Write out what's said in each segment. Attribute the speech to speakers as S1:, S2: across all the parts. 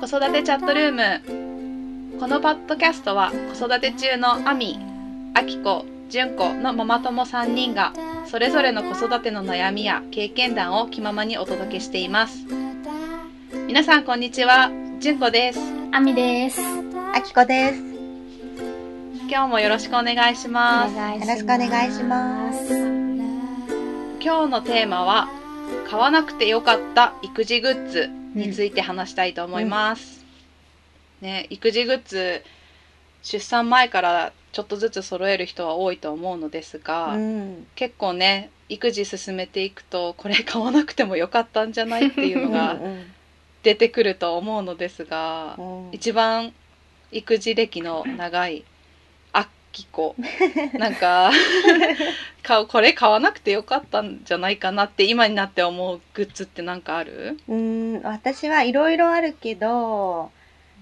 S1: 子育てチャットルームこのパッドキャストは子育て中のアミ、アキコ、ジュンコのママ友3人がそれぞれの子育ての悩みや経験談を気ままにお届けしています皆さんこんにちは、ジュンコです
S2: あみです。
S3: あきこです。
S1: 今日もよろしくお願いします
S2: 願
S3: よろしくお願いしま
S1: 今
S3: す。
S1: 日のテーマは買わなくてよかった育児グッズについて話したいと思います、ね、育児グッズ出産前からちょっとずつ揃える人は多いと思うのですが、
S3: うん、
S1: 結構ね育児進めていくとこれ買わなくてもよかったんじゃないっていうのが出てくると思うのですが
S3: うん
S1: 一番育児歴の長いあっき こなんか買うこれ買わなくてよかったんじゃないかなって今になって思うグッズってなんかある
S3: うん、私はいろいろあるけど、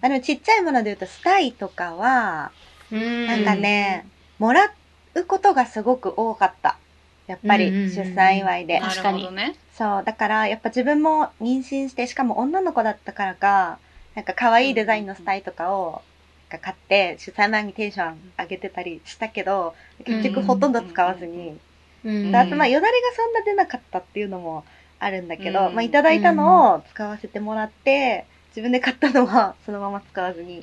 S3: あのちっちゃいもので言うとスタイとかは
S2: な
S3: なんかね、もらうことがすごく多かった。やっぱり
S2: うんうんうん
S3: 出産祝いで。
S1: な
S2: 確
S1: る
S2: か
S1: ほ
S2: に
S1: どね
S3: そうだからやっぱ自分も妊娠してしかも女の子だったからかなんか可愛いデザインのスタイとかをなんか買って出産前にテンション上げてたりしたけど結局ほとんど使わず
S1: うんうんうん
S3: に
S2: うん
S3: であとまあよだれがそんな出なかったっていうのもあるんだけど、
S1: うん
S3: まあ、いただいたのを使わせてもらって、自分で買ったのは そのまま使わずに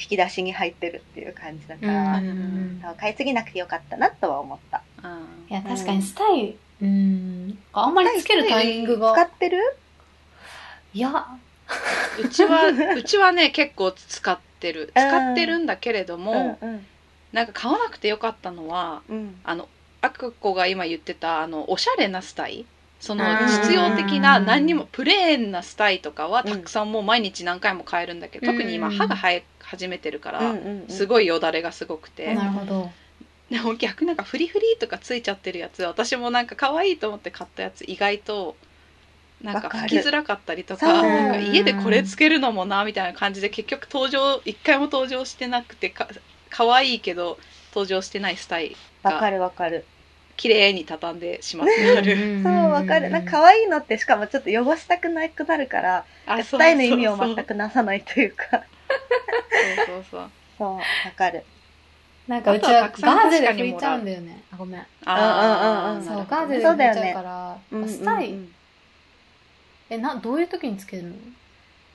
S3: 引き出しに入ってるっていう感じだから、
S2: うんうん
S3: 買いすぎなくてよかったなとは思った
S1: あ
S2: いや、確かにスタイル、うん。あんまりつけるタイミング
S3: 使
S2: が
S3: っ。てる
S2: いや、
S1: ーうち はうちはね結構使ってる使ってるんだけれども、
S3: うんうん
S1: なんか買わなくてよかったのは
S3: うん
S1: あのあくこが今言ってたあのおしゃれなスタイその
S2: あー
S1: 実用的な何にもプレーンなスタイとかはたくさんもう毎日何回も買えるんだけど、
S2: うん
S1: 特に今歯が生え始めてるから、
S3: うんうんうん
S1: すごいよだれがすごくて、
S2: なるほど。
S1: でも逆になんかフリフリとかついちゃってるやつ私もなんか可愛いと思って買ったやつ意外となんか
S3: わか
S1: 拭
S3: る
S1: きづらかったりとか
S3: そう
S1: なんか家でこれつけるのもなみたいな感じで結局登場一回も登場してなくてか可愛いけど登場してないスタイル
S3: わかるわかる
S1: 綺麗に畳んでしまってある。
S3: そうわかるなんか可愛いのってしかもちょっと汚したくなくなるから
S1: あ
S3: スタイの意味を
S1: そう
S3: 全くなさないというか
S1: そうそうそう。
S3: そうわかる
S2: なんかうち
S1: あとは
S2: は
S1: たくさん
S2: ガーゼ
S1: 確か
S2: で
S1: に
S2: 拭
S1: も
S2: いち
S1: らう
S2: ゃうんだよね。あ、ごめん。
S1: あー
S3: うんうんう
S1: な
S3: ん
S2: そ
S1: る
S2: う、
S1: ほど
S2: ガーゼで
S3: そう
S2: 拭
S3: だよ
S2: いちゃ
S3: ね
S2: うから。
S3: うんうんうん
S2: スタイ、
S3: い
S2: え、な、どういう時につけるの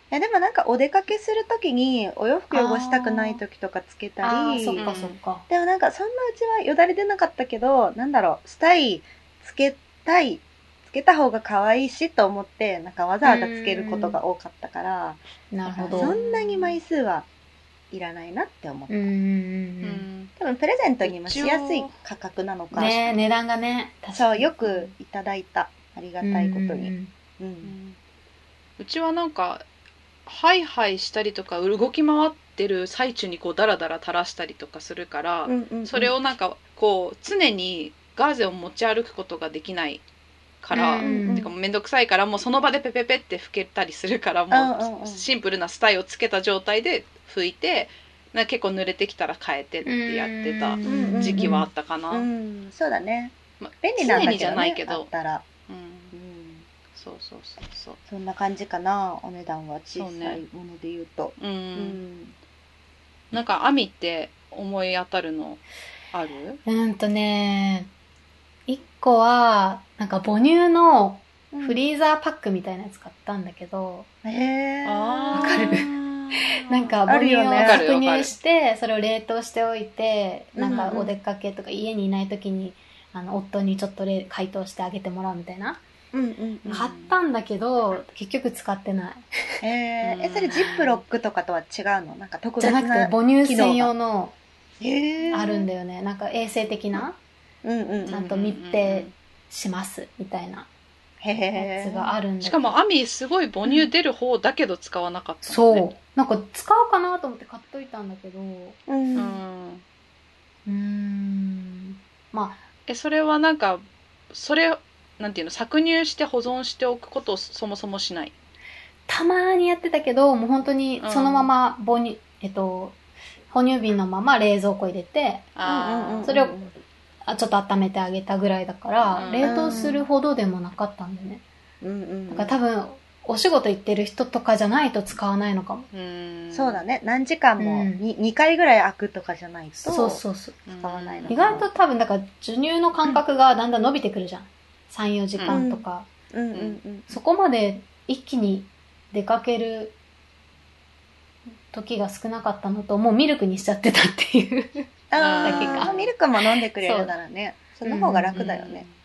S3: やでもなんかお出かけするときにお洋服汚したくないときとかつけた
S2: あー
S3: り
S2: そっ
S3: で
S2: かそっか。
S3: もなんかそんなうちはよだれ出なかったけどなんだろうしたいつけたいつけた方が可愛いしと思ってなんかわざわざつけることが多かったから
S2: なるほど。
S3: そんなに枚数はいらないなって思っ
S2: う
S3: た、
S2: んうん
S1: う
S2: うんうん。
S1: ん
S3: 多分プレゼントにもしやすい価格なのか、
S2: ね値段がね
S3: そうよくいただいたありがたいことに、
S2: に
S3: うん
S1: うんうちはなんかハイハイしたりとか動き回ってる最中にこうダラダラ垂らしたりとかするから、
S3: うんうんうん
S1: それをなんかこう常にガーゼを持ち歩くことができないから、
S2: うん
S1: てかもうめんどくさいからもうその場でペペペって拭けたりするから
S3: うんうん
S1: も
S3: う
S1: うんシンプルなスタイをつけた状態で拭いてなんか結構濡れてきたら変えてってやってた時期はあったかな。
S3: うん、そうだね
S1: ま
S3: 便利なん
S1: 常
S3: だけど、ね、
S1: にじゃないけ
S3: あ
S1: ど
S3: っ、たら、
S1: うん
S3: うん、
S1: そうそうそうそう。
S3: そんな感じかなお値段は小
S1: そう
S3: さ
S1: ね
S3: いもので言うと
S1: うん、
S3: うん
S1: なんか網って思い当たるのある？
S2: うんとね一個はなんか母乳のフリーザーパックみたいなやつ買ったんだけど、
S3: へえ
S1: あー
S2: わかる。なんか母
S3: ある
S2: 乳を
S3: よね
S2: 搾乳して、それを冷凍しておいてなん
S3: うん
S2: か
S3: うん
S2: お出かけとか家にいない時にあの夫にちょっとれ解凍してあげてもらうみたいな、
S3: うんうんうん
S1: ん
S2: 買ったんだけど結局使ってない
S3: へーえそれジップロックとかとは違うのなんか特
S2: じ
S3: 別
S2: ゃな
S3: な
S2: くて母乳専用の
S3: へー
S2: あるんだよねなんか衛生的な
S3: うんうんうん
S2: ちゃんと密閉しますみたいなや
S3: へ
S2: つが
S3: え
S2: あるんだ
S1: し
S2: け
S1: か
S2: ど
S1: も網すごい母乳出る方だけど使わなかったもん
S2: そう
S1: ね。
S2: なんか使おうかなと思って買っといたんだけどう
S3: うん
S1: うん。
S2: ーんまあ
S1: えそれはなんかそれなんていうの搾乳して保存しておくことをそもそもしない。
S2: たまーにやってたけどもう本当にそのまま母乳、えっと哺乳瓶のまま冷蔵庫入れて
S3: うんうんうん
S2: それをあちょっと温めてあげたぐらいだから、
S1: うん
S2: 冷凍するほどでもなかったんだよね、
S3: うんうん
S2: だから多分お仕事行ってる人とかじゃないと使わないのかも。
S1: うん
S3: そうだね。何時間も
S2: うん
S3: に、2回ぐらい開くとかじゃないと。
S2: そうそうそう。
S3: 使わないの
S1: うん
S2: 意外と多分、だから、授乳の間隔がだんだん伸びてくるじゃん。3、4時間とか。
S3: う。うんうんうん。
S2: そこまで一気に出かける時が少なかったのと、もうミルクにしちゃってたっていう。
S3: あ
S1: だけ
S3: ー
S1: か
S3: ミルクも飲んでくれるならね。その方が楽だよね。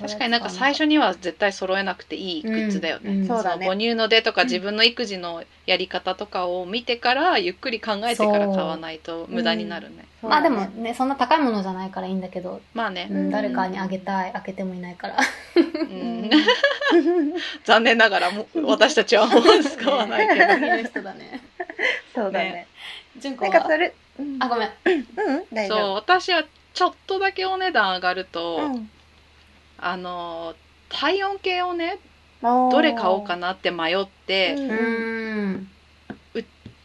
S1: 確かになんか最初には絶対揃えなくていいグッズだよね。
S2: うんうん
S3: そうだね
S1: の母乳の出とか自分の育児のやり方とかを見てからゆっくり考えてから買わないと無駄になるね。
S3: そう
S2: ま
S3: だ
S2: あで
S3: ね
S2: もね、そんな高いものじゃないからいいんだけど、
S1: まあ
S2: う
S1: ね、
S2: ん、誰かにあげたい、開けてもいないから。
S1: う。
S3: うんん
S1: 残念ながらもう私たちはもう使わない けど。
S2: ね見る人だね。
S3: そうだね。
S2: 純子
S3: なん
S2: は
S3: かそれ、うん
S2: あ、ごめん。
S3: うん、大
S1: そう
S3: 丈夫。
S1: 私はちょっとだけお値段上がると、
S3: うん
S1: あの体温計をね
S3: ど
S1: どれ買おうかなって迷って、
S3: うん
S2: うーん。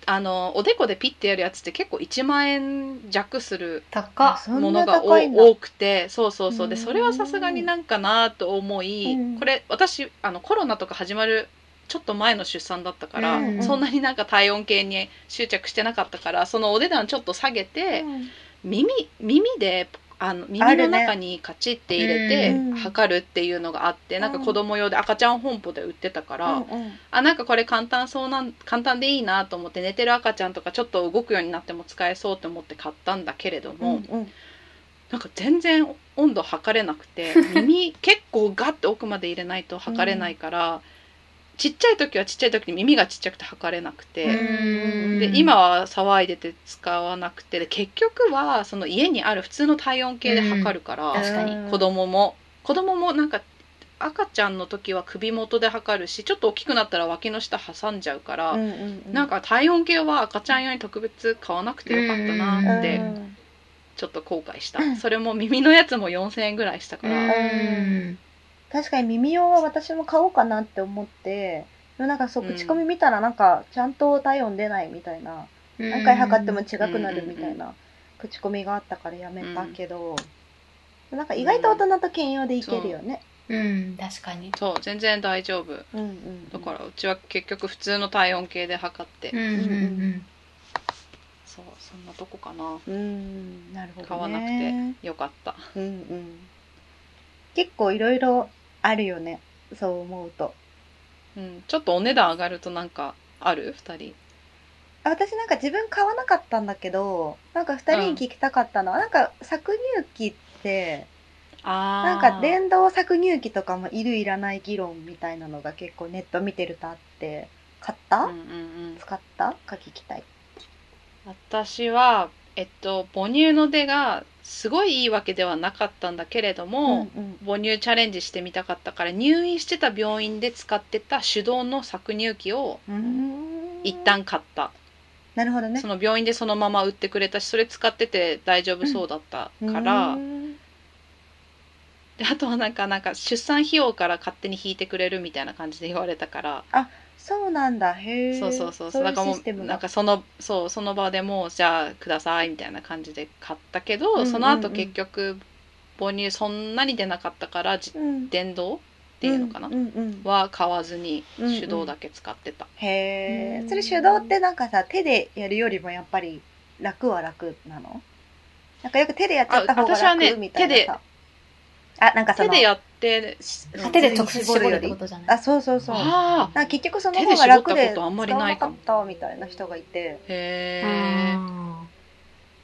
S1: あのおでこでピッてやるやつって結構1万円弱する
S2: 高っ。
S3: そ
S1: も
S3: ん
S1: の
S3: な
S1: がお
S3: 高いんだ。
S1: 多くてそうそうそう
S3: う
S1: で
S3: ん
S1: それはさすがになんかなと思い、
S3: うん
S1: これ私あのコロナとか始まるちょっと前の出産だったから、
S2: うん
S3: うん
S1: そんなになんか体温計に執着してなかったからそのお値段ちょっと下げて、耳耳であの耳の中にカチッて入れて、
S3: うん
S1: 測るっていうのがあって、なんか子供用で赤ちゃん本舗で売ってたから、
S3: うんうん
S1: あなんかこれ簡単そうなん簡単でいいなと思って寝てる赤ちゃんとかちょっと動くようになっても使えそうと思って買ったんだけれども、
S3: うんうん
S1: なんか全然温度測れなく て耳結構ガッて奥まで入れないと測れないから、ちっちゃい時はちっちゃい時に耳がちっちゃくて測れなくて。で今は騒いでて使わなくてで結局はその家にある普通の体温計で測るから、
S2: 確かに
S3: うん
S1: 子供も子供もなんか赤ちゃんの時は首元で測るしちょっと大きくなったら脇の下挟んじゃうから、
S3: うんうんうん
S1: なんか体温計は赤ちゃん用に特別買わなくてよかったなっ
S3: う
S1: て
S3: ん
S1: ちょっと後悔した、それも耳のやつも4000円ぐらいしたから、
S2: うーん
S3: 確かに耳用は私も買おうかなって思って、でもなんかそう、
S1: うん
S3: 口コミ見たらなんか、ちゃんと体温出ないみたいな、何回測っても違くなるみたいな口コミがあったからやめたけど、なんか意外と大人と兼用でいけるよね。
S2: うん、確かに。
S1: そう全然大丈夫
S3: うんうん。
S1: だからうちは結局普通の体温計で測って、
S2: うんうんうん。
S1: そうそんなとこかな
S3: うん、なるほど、ね。
S1: 買わなくて。よかった
S3: うんうん。結構いろいろあるよね。そう思うと。
S1: うん、ちょっとお値段上がるとなんかある二人
S3: あ私なんか自分買わなかったんだけど、なんか二人に聞きたかったのは、なんか搾乳機って、
S1: あ
S3: なんか電動搾乳機とかもいるいらない議論みたいなのが結構ネット見てるとあって、買った、
S1: うんうんうん、
S3: 使ったか聞きたい。
S1: 私は、えっと、母乳の出がすごいいいわけではなかったんだけれども、
S3: うんうん
S1: 母乳チャレンジしてみたかったから入院してた病院で使ってた手動の搾乳機を
S3: うーん
S1: 一旦買った、
S3: なるほどね
S1: その病院でそのまま売ってくれたしそれ使ってて大丈夫そうだったから、
S3: うん
S1: であとはなんかなんか出産費用から勝手に引いてくれるみたいな感じで言われたから
S3: そうなんだへえ
S1: そうそうそう
S3: そうい
S1: なん
S3: う
S1: か
S3: シ
S1: も
S3: ステム
S1: う
S3: が
S1: なんかそのそうその場でもうじゃあくださいみたいな感じで買ったけど、
S3: うんうんうん
S1: その後結局母乳そんなに出なかったからじ
S3: うんっ
S1: 電動っていうのかな、
S3: うんうん
S1: は買わずに
S3: うんうん
S1: 手動だけ使ってた、
S3: へ
S2: う
S3: え
S2: ん
S3: それ手動ってなんかさ手でやるよりもやっぱり楽は楽なのなんかよく手でやっちゃった方
S1: あ
S3: が
S1: 私はね
S3: 楽みたいな
S1: 手で
S3: さあなんかそ
S1: 手
S3: の
S1: でやって
S2: あ手で直接絞るってことじゃない
S3: あそうそうそうなん
S1: ああ
S3: か結局その
S1: 手で
S3: 方が
S1: 絞っ
S3: 楽
S1: た
S3: で
S1: ことあんまり
S3: 使わ
S1: な
S3: ない
S1: か
S3: か
S1: も
S3: ったみたいな人がいて
S1: へえ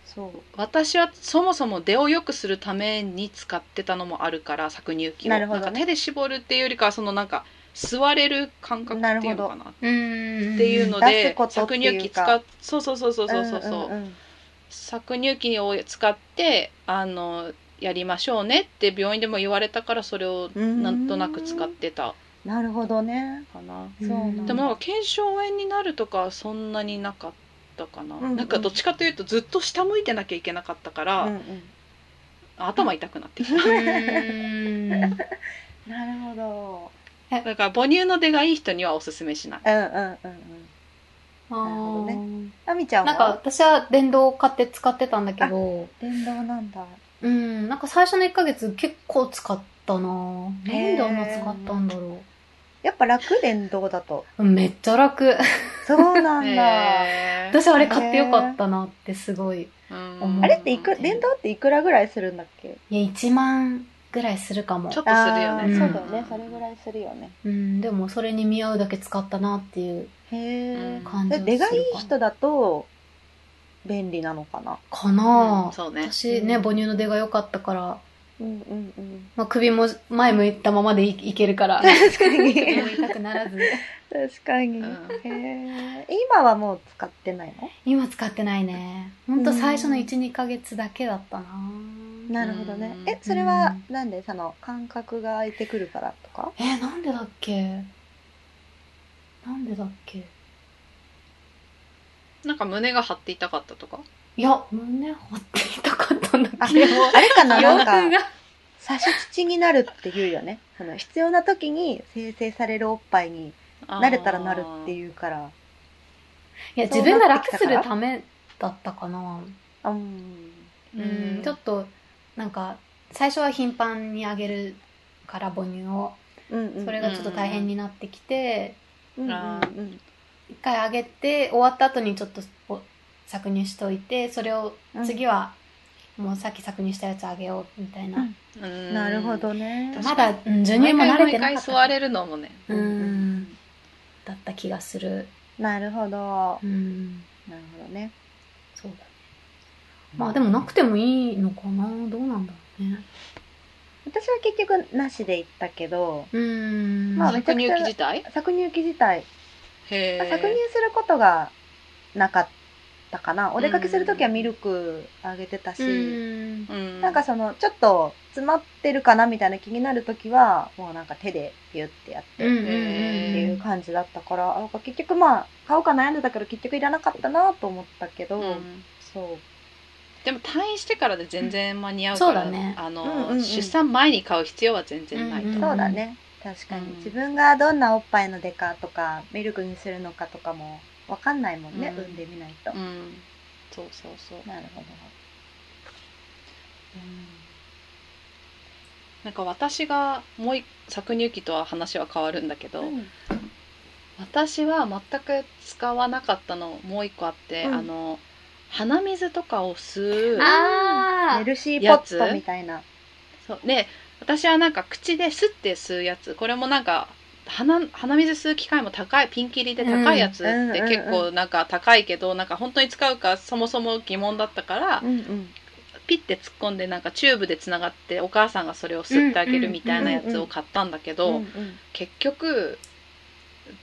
S3: そう
S1: 私はそもそも出を良くするために使ってたのもあるから搾乳機を
S3: なるほどね
S1: んか手で絞るっていうよりかはそのなんか座れる感覚っていうのかな
S2: うん。
S1: っていうの
S3: 出
S1: で、
S3: すことって
S1: 搾
S3: いうか
S1: 乳機使っそうそうそうそうそうそう,、
S3: んんん
S1: 搾乳機を使ってあのやりましょうねって病院でも言われたからそれを
S3: うん
S1: なんとなく使ってた
S3: なるほどね
S1: かな、
S2: うん
S3: そうなんだ
S1: でもなんか腱鞘炎になるとかはそんなになかったかな、
S3: うんうん
S1: なんかどっちかというとずっと下向いてなきゃいけなかったか
S3: う
S1: ら、
S3: んうん
S1: 頭痛くな ってき
S2: うーん。
S3: なるほど
S1: ただから母乳の出がいい人にはおすすめしない
S3: うんうんうんうん
S2: あ
S3: ほど
S2: ー
S3: あみちゃん
S2: な
S3: は
S2: んか私は電動買って使ってたんだけど、
S3: 電動なんだ
S2: うん、なんか最初の1ヶ月結構使ったなぁ。なんであんな使ったんだろ
S3: やっぱ楽電動だと。
S2: めっちゃ楽。
S3: そうなんだ。
S1: へー
S2: 私あれ買ってよかったなってすごい。
S1: うん
S3: あれっていく、電動っていくらぐらいするんだっけ
S2: いや、1万ぐらいするかも
S1: ちょ。っとするよ
S3: あー
S1: ね。
S3: そうだよね。それぐらいするよね。
S2: うん、でもそれに見合うだけ使ったなっていう
S3: へえ
S1: うん。
S2: 感じ
S3: で
S2: はする
S3: 出
S2: か
S3: がいい人だと、便利なのかな。
S2: かな、
S1: うんそうね。
S2: 私ね、母乳の出が良かったから、
S3: うんうんうん。
S2: まあ、首も前向いたままでいいけるから、
S3: 確かに。
S2: 首も痛くならず。
S3: 確かに。
S1: うん
S3: へえ。今はもう使ってないの
S2: 今使ってないね。ほんと最初の
S3: うん
S2: 1、2ヶ月だけだったな。
S3: なるほどね
S1: う。ん
S3: え、それは、なんで、その、感覚が空いてくるからとか
S2: えーなんでだっけなんでだっけ
S1: なんか胸が張って痛かったとか。
S2: いや、胸張って痛かったんだ
S3: あ、
S2: っ
S3: あ
S2: け
S3: れかな
S2: 記
S3: な
S2: 憶
S3: んか。
S2: が。
S3: 差し乳になるって言うよね。その必要な時に生成されるおっぱいになれたらなるって
S1: う。
S3: いうから。
S2: いや、自分が楽するためだったかな。
S3: うん。
S2: うん、ちょっと、なんか、最初は頻繁にあげるから母乳を。
S3: うんうん。
S2: それがちょっと大変になってきて、
S3: うんうんうん。
S2: 一回あげて、終わった後にちょっとお搾乳しといて、それを
S3: うん
S2: 次は、もうさっき搾乳したやつあげようみたいな。
S3: うん
S1: うん
S3: なるほ。どね。
S2: まだ、うん、授乳も慣れ
S1: 毎回毎
S2: てなかった
S1: 回
S2: か
S1: 座
S2: ら。
S1: れるのもね。
S2: う。
S3: うん
S2: だった気がする。
S3: なるほど
S2: う。ん。
S3: なるほどね。
S2: そうだね。まあでもなくてもいいのかなどうなんだろうね。
S3: 私は結局なしで行ったけど、
S2: うん。
S3: まあ
S1: 搾乳器自体
S3: 搾乳機自体、
S1: へ
S3: 搾乳す
S1: ー
S3: ることがなかったかな。お出かけするときはミルクあげてた
S2: う
S3: し、
S2: ん。
S1: うん
S3: なんかその、ちょっと詰まってるかなみたいな気になるときは、もうなんか手でピュってやって
S2: うんうんうん
S3: っていう感じだったから、なんか結局まあ買おうか悩んでたけど結局いらなかったなと思ったけど、
S1: うん
S3: そう
S1: でも退院してからで全然間に合う
S2: そ
S1: か
S2: うだ
S1: ら、
S2: ね
S1: あの、
S3: うんうんうん
S1: 出産前に買う必要は全然ないと
S2: うん
S1: 思う。
S3: そうだね確か
S1: う
S3: に、
S1: ん
S3: 自分がどんなおっぱいの出かとかミルクにするのかとかもわかんないもんね、
S1: うん
S3: 産んでみないと、
S1: うん、そうそうそう。
S3: なるほど
S1: なんか私がもう一搾乳期とは話は変わるんだけど、
S3: うん
S1: 私は全く使わなかったのもう一個あって、
S3: うん
S1: あの鼻水とかを吸う
S2: あ
S3: メ
S2: ー
S3: ルシーポットみたいな
S1: そうで私はなんか口で吸って吸うやつこれもなんか鼻鼻水吸う機会も高いピンキリで高いやつって
S3: うん
S1: 結構なんか高いけど、なんか本当に使うかそもそも疑問だったから、
S3: うんうん
S1: ピッて突っ込んでなんかチューブでつながってお母さんがそれを吸ってあげるみたいなやつを買ったんだけど、
S3: うんうん
S1: 結局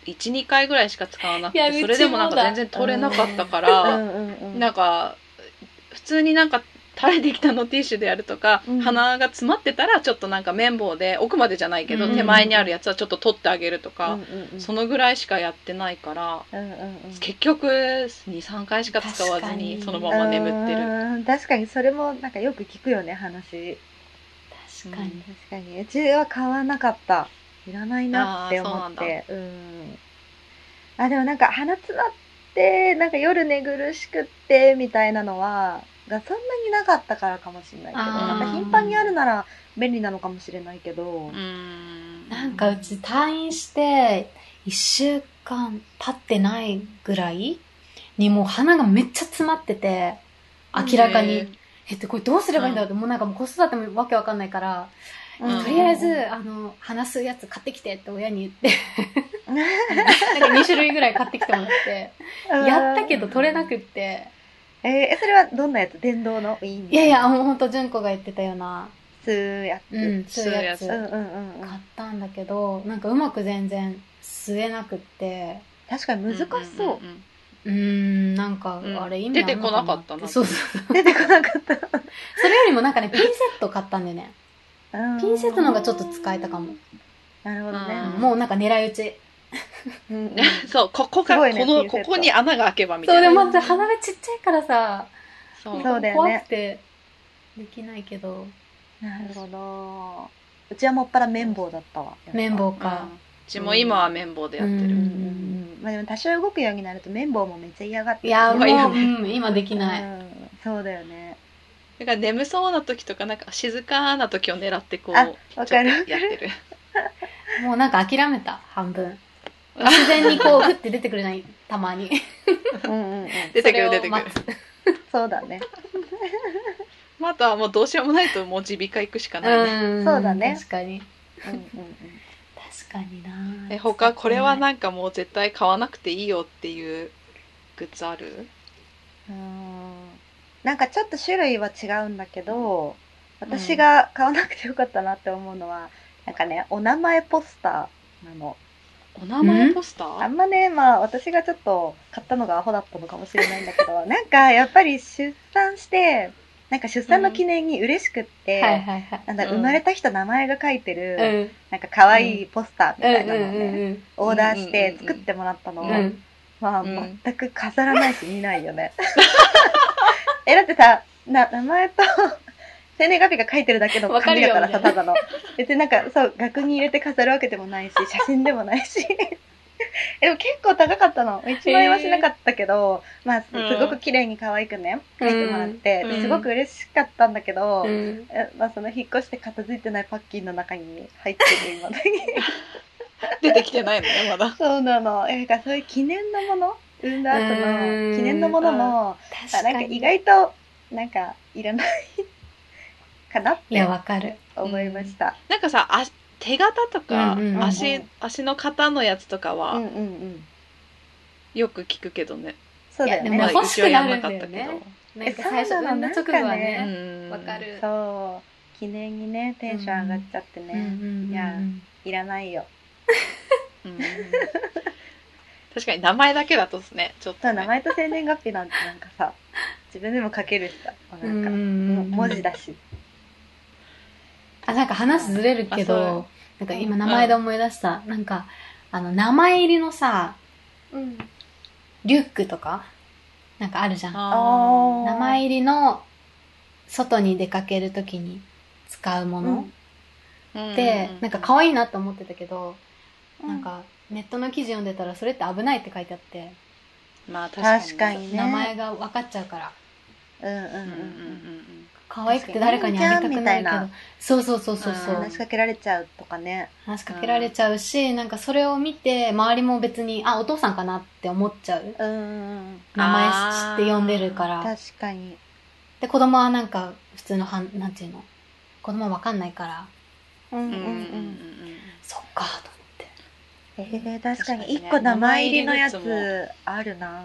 S1: 12回ぐらいしか使わなく
S2: いや
S1: て
S2: うち
S1: そ
S2: も
S1: れでもなんか
S2: だ
S1: 全然取れなかったか
S3: う
S1: ら、
S3: んうんうん
S1: なんか普通になんか垂れてきたのティッシュでやるとか、
S3: うん
S1: 鼻が詰まってたらちょっとなんか綿棒で奥までじゃないけど、
S2: うん
S1: 手前にあるやつはちょっと取ってあげると
S3: うんう
S1: か、
S3: んうん
S1: そのぐらいしかやってないから。
S3: うんうんうん
S1: 結局23回しか使わず
S2: 確か
S1: に
S2: に
S1: そのまま眠ってる
S3: うん確かにそれもなんかよく聞くよね話
S2: 確かに。
S3: 確かにうちは買わなかったいらないなって思
S1: あーそう
S3: っ
S1: な
S3: てうんあでもなんか鼻詰まってなんか夜寝苦しくってみたいなのはがそんなになかったからかもしれないけど
S2: あ
S3: な
S1: ー
S3: んか頻繁にあるなら便利なのかもしれないけど、
S1: うん
S2: なんかうち退院して1週間経ってないぐらいにもう鼻がめっちゃ詰まってて、明らか
S1: へ
S2: に。え、ってこれどうすればいいんだろうって、もうなんかもう子育てもわけわかんないから、
S1: うん
S2: とりあえず、あの、鼻吸うやつ買ってきてって親に言って、
S3: うん
S2: なんか2種類ぐらい買ってきてもらって、やったけど取れなくって、
S3: えーそれはどんなやつ電動のいい
S2: いやいや、もうほんと純子が言ってたような、
S3: 吸うやつ、
S2: うん、吸うやつ
S1: 吸う
S3: うんう
S2: 買
S3: んうんうん
S2: ったんだけど、なんかうまく全然吸えなくって、
S3: 確かに難しそう,、
S1: んんんん
S2: うーん、なんか
S1: うん、
S2: あれ意味あるのかな
S1: 出てこなかったな
S2: そうそうそう。
S3: 出てこな かった、
S2: それよりもなんかね、ピンセット買ったんだよね。
S3: うん
S2: ピンセットの方がちょっと使えたかも。
S3: なるほどね
S1: うん
S2: もうなんか狙い撃ち。
S3: うんうん
S1: そう、ここが、
S3: すごいね
S1: この、
S3: ピンセ
S1: こ
S3: ット
S1: こに穴が開けばみ
S2: そ
S1: たい
S2: う、で
S1: な。
S2: もまず鼻がちっちゃいからさ、
S1: そう
S3: そうだよね
S2: 怖くて、できないけど、
S3: なるほど。うちはもっぱら綿棒だったわ。
S2: 綿棒
S1: う
S2: か。
S1: んうちも今は綿棒でやってる。
S2: う
S3: うんんうんうん。まあでも多少動くようになると綿棒もめっちゃ嫌がって
S2: いや、
S1: う
S2: も
S1: ま
S2: う、
S1: いよ
S2: う
S1: ね
S2: ん、今できない。
S3: うんそうだよね。
S1: だから眠そうな時とか、なんか静かな時を狙ってこう、
S3: あわかる
S1: ちょっとやってる。
S2: もうなんか諦めた、半分。自然にこう、ふって出てくれ ない、たまに。
S3: うんうんうん。
S1: 出てくる
S2: それ
S1: 出
S2: を
S1: てく
S2: 待
S1: る
S2: つ。
S3: そうだね。
S1: まああとはもうどうしようもないともう耳鼻科行くしかないね、
S2: うん。
S3: そうだね
S2: 確かに。
S3: うんうんうん。
S2: 確かにな
S1: え他これはなんかもう絶対買わなくていいよっていうグッズある
S3: うーんなんかちょっと種類は違うんだけど、私が買わなくてよかったなって思うのは、なんかね、お名前ポスターなの。
S1: お名前ポスタ
S3: あ
S1: ー
S3: んまね、まあ私がちょっと買ったのがアホだったのかもしれないんだけど、なんかやっぱり出産して、なんか出産の記念に嬉しくって、
S2: はいはいはい。
S3: なんだ、
S1: うん
S3: 生まれた人名前が書いてる、
S2: うん。
S3: なんか可愛いポスターみたいなのをね、
S2: うん
S3: オーダーし
S1: うん
S3: て
S1: うんうんうん
S3: 作ってもらったのを、
S2: うんうんうん。
S3: まあ、
S1: うん
S3: 全く飾らないし見ないよね。 え、だってさ、な、名前と、生年月日が書いてるだけの
S2: わか
S3: 紙
S2: るよ
S3: だからさ、
S2: みた
S3: た
S2: い
S3: だの。別になんか、そう、額に入れて飾るわけでもないし、写真でもないし。 え、でも結構高かったの。1万円はしなかったけど、まあ、す
S1: うん
S3: ごく綺麗に可愛くね、書いてもらって、
S1: うん
S3: ですごく嬉しかったんだけど、
S2: うん
S3: えまあ、その引っ越して片付いてないパッキンの中に入ってる今だけ。
S1: 出てきてないのねま だ
S3: そうなの。えなんかそういう記念のもの産んだ後
S2: う
S3: の
S2: ん
S3: 記念のものも、あ
S2: 確
S3: なん
S2: か
S3: か
S2: に。
S3: 意
S2: い
S3: 外と、なんかいらないかなっ
S2: や、
S3: て
S2: わかる。
S3: 思いました。
S1: なんかさあ手形とか、
S2: うんうんうん
S1: 足足の型のやつとか
S3: うんうん
S1: は
S3: うん。
S1: よく聞くけどね、
S3: そうだよ
S2: いや
S3: ね。
S2: で
S1: まあ
S2: も欲しくなるんだ
S1: う
S2: よね
S1: ちはやらなかった
S2: なんか最初
S3: そうな
S2: 産ん
S3: の
S2: だ直後
S1: けど
S2: は
S3: なんか
S1: う
S2: ね。
S1: ん
S2: わかる。
S3: そう。記念にね、テンション上がっちゃってね。いやいらないよ。
S1: うん確かに名前だけだとですねちょっと
S3: そう、
S1: ね、
S3: 名前と生年月日なんてなんかさ、自分でも書けるしさ、な
S2: うん
S3: んか、も
S2: か
S3: 文字だし。
S2: あ、なんか話ずれるけ
S1: あそう
S2: ど、なんか今名前で思い出した。なんか、あの、名前入りのさ、
S3: うん。
S2: リュックとか、なんかあるじゃん。
S1: あー
S3: ー
S2: 名前入りの、外に出かけるときに使うものって、なんか可愛いなと思ってたけど、なん、かネットの記事読んでたらそれって危ないって書いてあって、
S1: まあ確かに
S3: 確かにね。
S2: 名前が分かっちゃうから、
S3: うんうん
S1: う
S3: うん
S1: うんうんうん
S3: うん。
S1: ん
S2: 可愛くて誰かにあげたくなる
S3: う
S2: け
S3: んじゃん
S2: ど
S3: みたいな、
S2: そうそうそうそうそうう。
S3: 話しかけられちゃうとかね。
S2: 話しかけられちゃうし、なんかそれを見て、周りも別に、あ、お父さんかなって思っちゃう。
S3: うん。
S2: 名前
S1: あー
S2: 知って呼んでるから。
S3: 確かに。
S2: で、子供はなんか、普通のはん、なんていうの子供わかんないから、
S3: うん
S1: う
S3: うんん
S1: う
S3: うん
S1: うんうん
S3: ん。
S2: そっか、と思って。
S3: えー、確か
S1: 確かにね
S3: に。一個名前入りのや
S1: 名前入り
S3: つあるな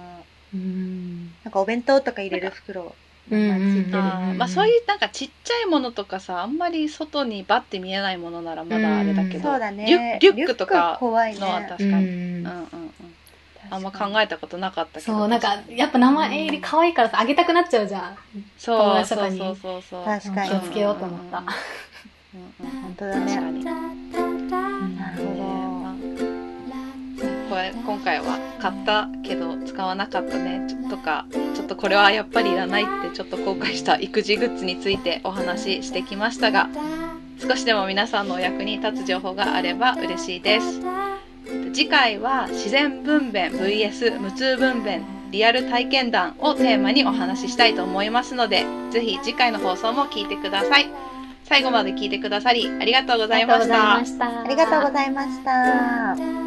S2: うーん。
S3: なんかお弁当とか入れる袋。
S2: うんうんうん
S3: 名前つ
S1: う
S3: いて
S1: ん
S3: る
S1: あーまあそういうなんかちっちゃいものとかさあんまり外にバッて見えないものならまだあれだけ
S2: うん
S1: ど、
S3: そうだね。
S1: リュリュックと
S3: リュック
S1: か
S3: 怖い
S1: のは
S3: ね。
S1: 確かに、うん
S2: うん
S1: うんうん、あんま考えたことなかったけど
S2: そう、なんか、やっぱ名前入り可愛いからさ、あげたくなっちゃうじゃん。友
S1: そう
S2: 達と
S1: そ
S2: か
S1: う
S2: に
S1: そうそうそう
S3: 確かに
S2: 気をつけようと思った。
S1: うんうんうんうん
S3: 本当だね。
S1: 確か
S2: うん
S3: なる
S1: に、
S3: ほ
S1: これ今回は買ったけど使わなかったねちょとかちょっとこれはやっぱりいらないってちょっと後悔した育児グッズについてお話ししてきましたが少しでも皆さんのお役に立つ情報があれば嬉しいです次回は自然分娩 vs 無痛分娩リアル体験談をテーマにお話ししたいと思いますのでぜひ次回の放送も聞いてください最後まで聞いてくださりありがとうございました
S2: した。あ
S3: ありがとうございました。
S4: た。